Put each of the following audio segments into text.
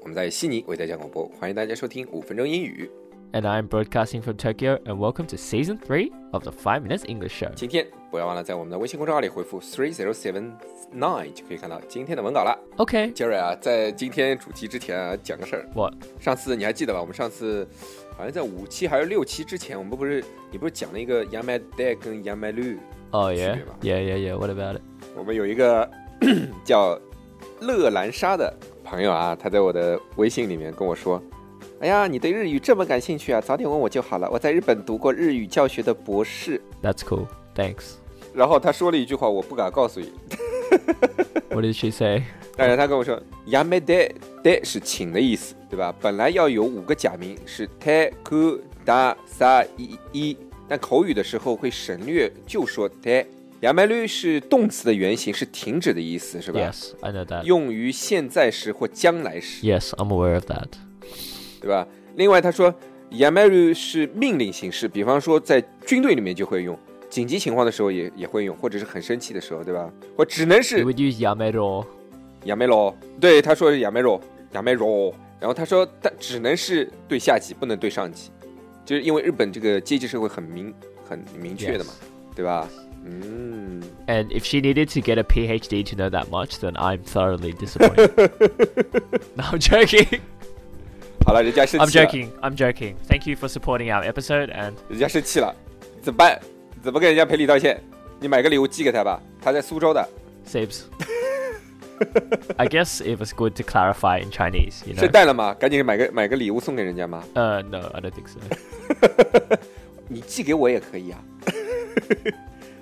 我们在悉尼为大家广播，欢迎大家收听五分钟英语。 and I am broadcasting from Tokyo. And welcome to season three of the Five Minutes English Show. 今天不要忘了在我们的微信公众号里回复 three zero seven nine 就可以看到今天的文稿了。 Okay, 杰瑞啊，在今天主题之前啊，讲个事儿。 what? 上次你还记得吧？我们上次好像在五期还是六期之前，我们不是你不是讲了一个 y a m a d a 跟 y a m a l u Oh 区 yeah, 别吧。 yeah, yeah, yeah. What about it? 我们有一个 叫乐兰莎的朋友啊，他在我的微信里面跟我说：“哎呀，你对日语这么感兴趣啊，早点问我就好了。我在日本读过日语教学的博士。 That's cool. Thanks. ”然后他说了一句话，我不敢告诉你， What did she say? 但是他跟我说 y a m a d a d 是请的意思，对吧？本来要有五个假名是 te ku da sa i i，但口语的时候会省略，就说 te。亚麦律是动词的原型，是停止的意思，是吧 Yes, I know that. 用于现在时或将来时 Yes, I'm aware of that. 对吧？另外他说 y a m a r u 是命令形式，比方说在军队里面就会用，紧急情况的时候也也会用，或者是很生气的时候，对吧？或只能是 You would use yamero. 亚梅罗，哦对，他说是亚梅罗，亚梅罗。哦然后他说他只能是对下级，不能对上级，就是因为日本这个阶级社会很明很明确的嘛 Yes. 对吧？嗯， And if she needed to get a PhD to know that much, then I'm thoroughly disappointed. no, I'm joking. 好了，人家生 I'm 气了 joking. I'm joking. Thank you for supporting our episode and 人家生气了，怎么办？怎么跟人家赔礼道歉？你买个礼物寄给他吧，他在苏州的， Sibs. I guess it was good to clarify in Chinese, you 圣 know. 诞了吗？赶紧买个买个礼物送给人家嘛， Uh, no, I don't think so. 你寄给我也可以啊。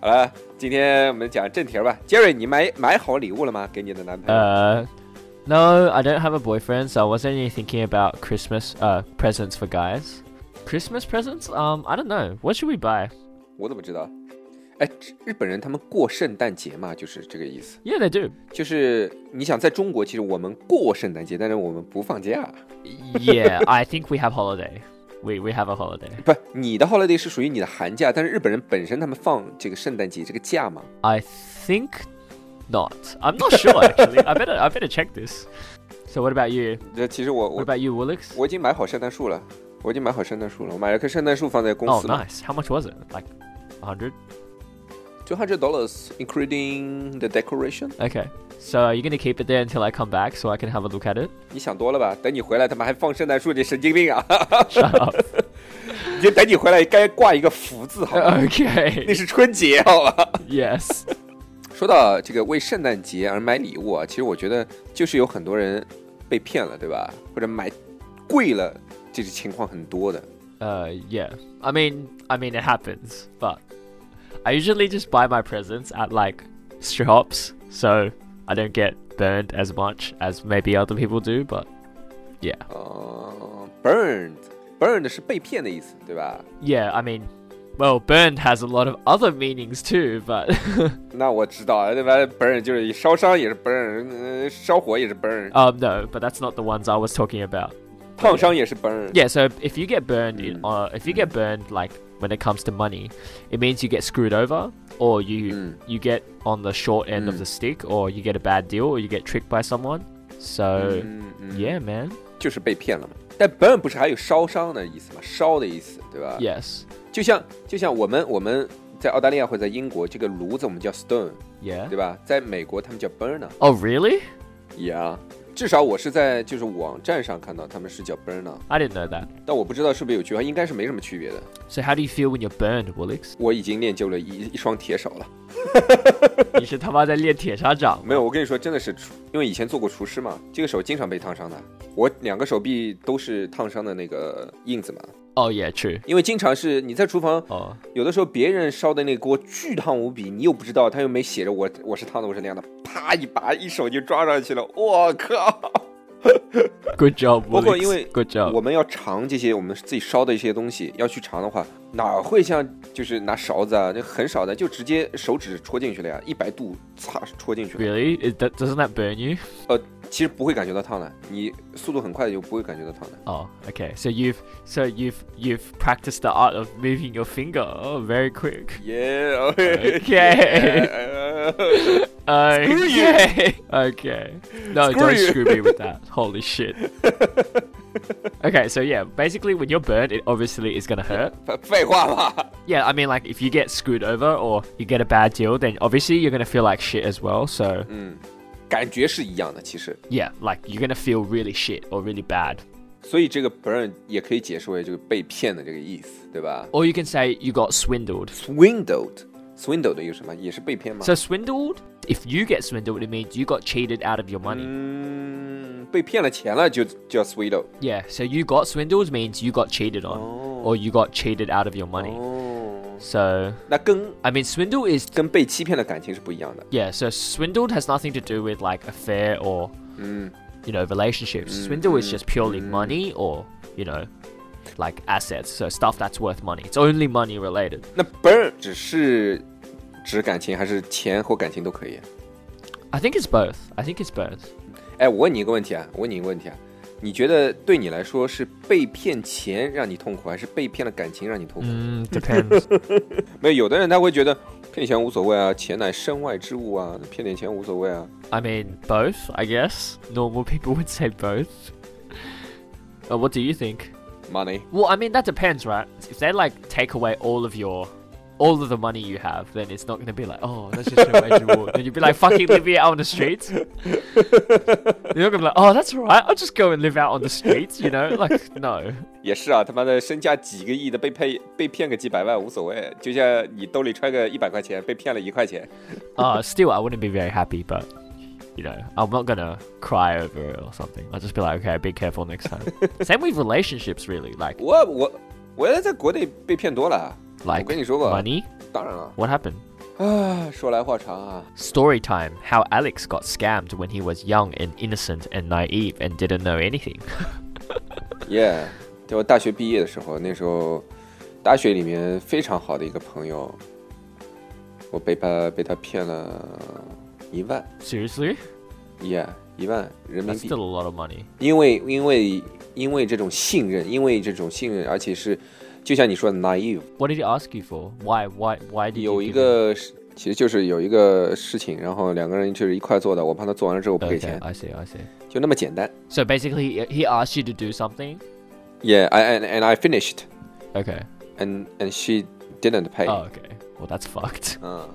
好了，今天我们讲正题儿吧。杰瑞，你买买好礼物了吗？给你的男朋友？ Uh, no, I don't have a boyfriend, so I wasn't even thinking about Christmas uh presents for guys. Christmas presents? Um, I don't know. What should we buy? 我怎么知道？哎，日本人他们过圣诞节嘛，就是这个意思。 Yeah, they do. 就是你想在中国，其实我们过圣诞节，但是我们不放假。 Yeah, I think we have holiday. We we have a holiday. 不，你的 holiday 是属于你的寒假，但是日本人本身他们放这个圣诞节这个假嘛。 I think not. I'm not sure actually. I better I better check this. So what about you? 这其实我 What 我 about you, Woolix? 我已经买好圣诞树了，我已经买好圣诞树了，我买了棵圣诞树放在公 Oh, 司嘛。 nice. How much was it? Like 100? Two hundred dollars, including the decoration。 Okay. So are you gonna keep it there until I come back so I can have a look at it? 你想多了吧？等你回来，他妈还放圣诞树，你神经病啊！ Shut up. 你等你回来该挂一个福字，好 吧？那 okay. 是春节，好吧？ yes. 说到这个为圣诞节而买礼物啊，其实我觉得就是有很多人被骗了，对吧？或者买贵了，这种情况很多的。 Uh yeah. I mean I mean it happens, but I usually just buy my presents at like shops, so I don't get burned as much as maybe other people do, but yeah. 呃，burned，burned 是被骗的意思，对吧？ Yeah, I mean well, burned has a lot of other meanings too, but 那我知道啊，对吧？burn 就是烧伤也是 burn，呃，烧火也是 burn， um no, but that's not the ones I was talking about. 烫伤也是 burn。 Yeah, so if you get burned, Mm. in, uh, if you get burned, like when it comes to money, it means you get screwed over, or you Mm. you get on the short end Mm. of the stick, or you get a bad deal, or you get tricked by someone. So 嗯嗯 yeah, man. 就是被骗了嘛。但 burn 不是还有烧伤的意思吗？烧的意思，对吧 Yes. 就像就像我们我们在澳大利亚或者在英国，这个炉子我们叫 stone， Yeah. 对吧？在美国他们叫 burner。 Oh really? Yeah，至少我是在就是网站上看到他们是叫 burner， I didn't know that. 但我不知道是不是有区别，应该是没什么区别的。 So how do you feel when you're burned, Woolix? 我已经练就了一一双铁手了。 you should 他妈在练铁砂掌。没有，我跟你说，真的是厨，因为以前做过厨师嘛，这个手经常被烫伤的。我两个手臂都是烫伤的那个印子嘛， Oh yeah, true. 因为经常是你在厨房， Oh, 有的时候别人烧的那锅巨烫无比，你又不知道，他又没写着我我是烫的，我是亮的，啪一拔，一手就抓上去了，我靠！ good job, 包括 Woolix. 因为 good job. 我们要尝这些我们自己烧的一些东西，要去尝的话，哪会像就是拿勺子啊，那很少的，就直接手指戳进去了呀，一百度擦戳进去了， Really? Is that, doesn't that burn you? 呃，其实不会感觉到烫的，你速度很快就不会感觉到烫的。 Oh, okay. So you've so you've you've practiced the art of moving your finger. Oh, very quick. 耶 Okay. Oh, Okay. Okay. No, Screw don't you. screw me with that. Holy shit. okay, so yeah, basically when you're burned, it obviously is gonna hurt. 废话嘛， Yeah, I mean like if you get screwed over or you get a bad deal, then obviously you're gonna feel like shit as well. So Mm. 感觉是一样的，其实， yeah, like you're gonna feel really shit or really bad. 所以这个 burn 也可以解释为这个被骗的这个意思，对吧 Or you can say you got swindled. ？swindled，swindled 有什么？也是被骗吗？ So swindled, if you get swindled, it means you got cheated out of your money. 嗯，被骗了钱了就叫 swindle。 Yeah, so you got swindled means you got cheated on, or you got cheated out of your money. 哦， So, 那跟 I mean, swindle is 跟被欺骗的感情是不一样的。 yeah. So swindled has nothing to do with like affair or you know relationships. Swindle is just purely money or you know like assets, so stuff that's worth money. It's only money related. 那 burn 只是指感情，还是钱或感情都可以？啊 I think it's both. I think it's both. 哎，我问你一个问题啊，我问你一个问题啊，你觉得对你来说是被骗钱让你痛苦，还是被骗了感情让你痛苦？ Mm, depends. 没有，有的人他会觉得骗钱无所谓啊，钱乃身外之物啊，骗点钱无所谓啊。 I mean, both. I guess normal people would say both. Uh, what do you think? Money， Well, I mean that depends, right? If they like take away all of your all of the money you have, then it's not gonna be like, oh, that's just your wage reward. Then you'd be like fucking living out on the streets. You're not gonna be like, oh, that's alright. I'll just go and live out on the streets, you know? Like, no. 也是啊，他妈的身价几个亿的被骗被骗个几百万无所谓，就像你兜里揣个一百块钱被骗了一块钱， Uh, still, I wouldn't be very happy, but you know, I'm not gonna cry over it or something. I'll just be like, okay, be careful next time. Same with relationships, really. Like, 我我我在国内被骗多了。 like 我跟你说过， money. 当然了， What happened? 啊，说来话长啊， Story time How Alex got scammed when he was young and innocent and naive and didn't know anything. 耶、yeah,，就大学毕业的时候，那时候大学里面非常好的一个朋友，我被他被他骗了一万， Seriously? 耶、一万人民 That's 币。 still a lot of money. 因为因为因为这种信任，因为这种信任，而且是就像你说的 naive， What did he ask you for? Why? Why? Why did 有 you? 一 give him- 个是其实就是有一个事情，然后两个人就是一块做的，我帮他做完了之后不给 Okay, 钱， I see. I see. 就那么简单。 So basically, he- he asked you to do something. Yeah，I and and I finished Okay. and and she didn't pay、 Oh, okay. Well, that's fucked. 嗯，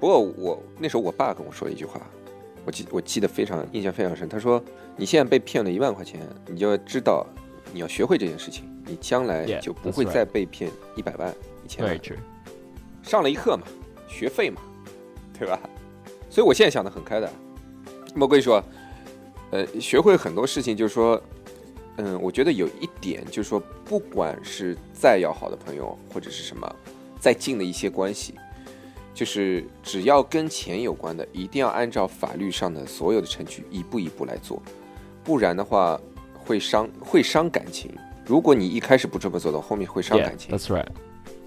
不过我那时候我爸跟我说了一句话，我记我记得非常印象非常深。他说：“你现在被骗了一万块钱，你就要知道你要学会这件事情，你将来 Yeah, 就不 that's 会 right. 再被骗一百万、一千 Very 万。 true. ”上了一课嘛，学费嘛，对吧？所以我现在想的很开的。我跟你说，呃，学会很多事情，就是说，嗯，我觉得有一点就是说，不管是再要好的朋友或者是什么，再近的一些关系，就是只要跟钱有关的，一定要按照法律上的所有的程序一步一步来做，不然的话会伤会伤感情。如果你一开始不这么做的话，后面会伤 Yeah, 感情。 that's right.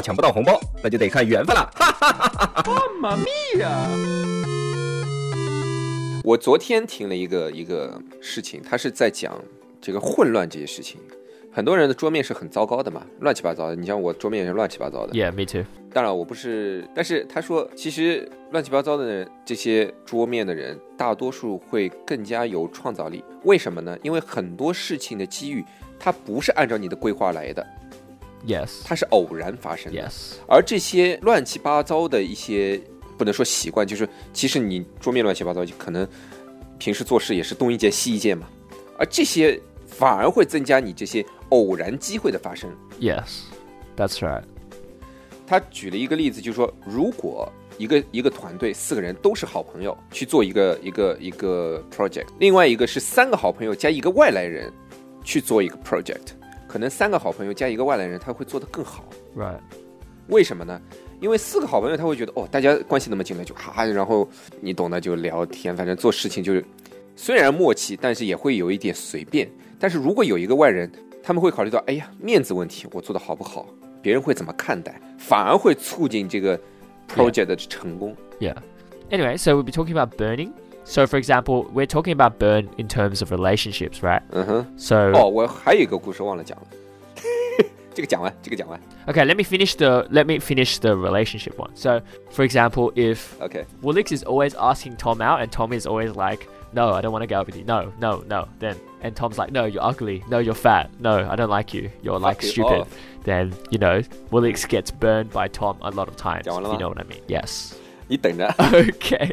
抢不到红包，那就得看缘分了。我昨天听了一个一个事情，他是在讲这个混乱这些事情，很多人的桌面是很糟糕的嘛，乱七八糟的。你像我桌面也是乱七八糟的。 Yeah, me too. 当然我不是，但是他说，其实乱七八糟的人，这些桌面的人，大多数会更加有创造力。为什么呢？因为很多事情的机遇，它不是按照你的规划来的， Yes. 它是偶然发生的。 Yes. 而这些乱七八糟的一些，不能说习惯，就是其实你桌面乱七八糟，可能平时做事也是东一件西一件嘛。而这些反而会增加你这些偶然机会的发生。 Yes. That's right. 他举了一个例子，就是说，如果一个一个团队四个人都是好朋友去做一个一个一个 project，另外一个是三个好朋友加一个外来人去做一个 project，可能三个好朋友加一个外来人他会做得更好。 Right. 为什么呢？因为四个好朋友他会觉得哦，大家关系那么近了就哈、然后你懂的就聊天，反正做事情就是虽然默契，但是也会有一点随便。但是如果有一个外人，他们会考虑到，哎呀，面子问题，我做的好不好，别人会怎么看待，反而会促进这个 project 的成功。 Yeah. Anyway, so we'll be talking about burning. So, for example, we're talking about burn in terms of relationships, right? 嗯哼， So, 哦，我还有一个故事忘了讲 了，这个讲完，这个讲完 okay, let me finish the let me finish the relationship one. So, for example, if ，OK， Woolix is always asking Tom out, and Tom is always like, "No, I don't want to go out with you. No, no, no." Then, and Tom's like, "No, you're ugly. No, you're fat. No, I don't like you. You're like you stupid." off. Then you know, Woolix gets burned by Tom a lot of times. Don't if know. you know what I mean? Yes. 你等着。 Okay.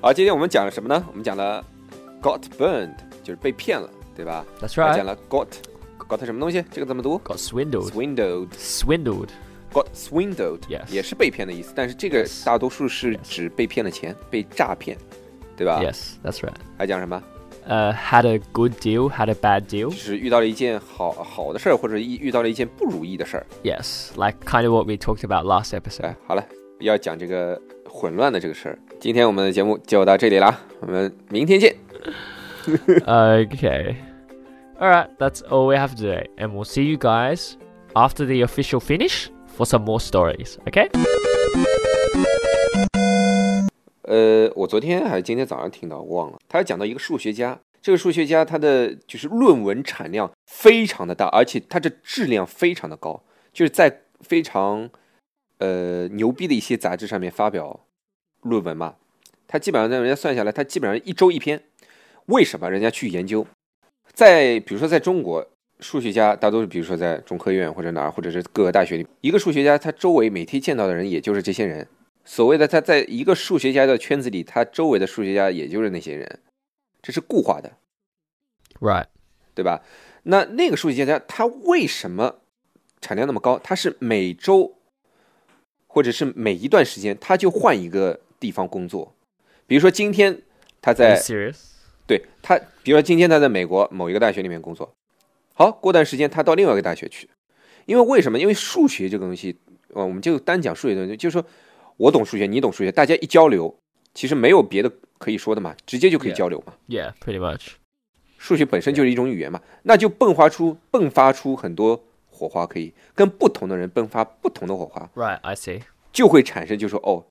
好，今天我们讲了什么呢？我们讲了 got burned，就是被骗了，对吧？ That's 还讲 right. 了 got got 什么东西？这个怎么读 Got swindled. ？swindled Swindled. got swindled Yes 也是被骗的意思，但是这个 Yes 大多数是指被骗了钱，被诈骗，对吧 Yes, that's right. 还讲什么？ Uh, had a good deal, had a bad deal. 就是遇到了一件好好的事儿，或者一遇到了一件不如意的事儿。 Yes, like kind of what we talked about last episode. 哎，好了，要讲这个混乱的这个事儿。今天我们的节目就到这里啦，我们明天见。 okay. Alright, that's all we have today. And we'll see you guys after the official finish for some more stories. Okay? 呃，我昨天还是今天早上听到，我忘了，他讲到一个数学家，这个数学家他的就是论文产量非常的大，而且他的质量非常的高，就是在非常呃牛逼的一些杂志上面发表论文嘛，他基本上在人家算下来，他基本上一周一篇。为什么人家去研究？在比如说在中国，数学家大多是比如说在中科院或者哪儿，或者是各个大学里，一个数学家他周围每天见到的人也就是这些人。所谓的他在一个数学家的圈子里，他周围的数学家也就是那些人，这是固化的， Right. 对吧？那那个数学家他为什么产量那么高？他是每周或者是每一段时间他就换一个地方工作，比如说今天他 Are you 在 serious? 对他，比如说今天他在美国某一个大学里面工作，好，过段时间他到另外一个大学去，因为为什么？因为数学这个东西，呃，我们就单讲数学的东西，就是说我懂数学，你懂数学，大家一交流，其实没有别的可以说的嘛，直接就可以 Yeah. 交流嘛。 Yeah, pretty much. 数学本身就是一种语言嘛，那就迸发出迸发出很多火花，可以跟不同的人迸发不同的火花， Right, I see. 就会产生就说哦，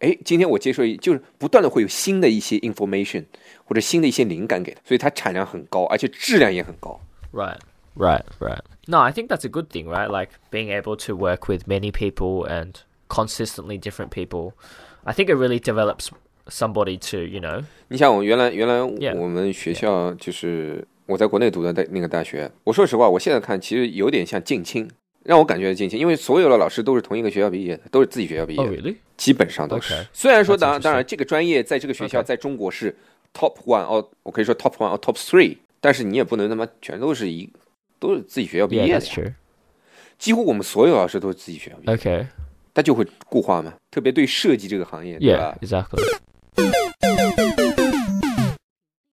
哎，今天我接受一就是不断的会有新的一些 information 或者新的一些灵感给他，所以它产量很高，而且质量也很高。 Right. Right, right. No, I think that's a good thing, right? Like being able to work with many people and consistently different people. I think it really develops somebody to, you know. 你像我原来原来 Yeah. 我们学校就是我在国内读的大那个大学，我说实话，我现在看其实有点像近亲，让我感觉近亲，因为所有的老师都是同一个学校毕业的，都是自己学校毕业 Oh, 的， really? 基本上都是 Okay.。虽然说当 That's 当然这个专业在这个学校 Okay. 在中国是 top one 哦，我可以说 top one 哦 top three，但是你也不能他妈全都是一都是自己学校毕 Yeah, 业的 that's 呀。 true. 哎几乎我们所有老师都是自己学校毕业的， Okay. 他就会固化嘛，特别对设计这个行业，对 Yeah, 吧？ exactly.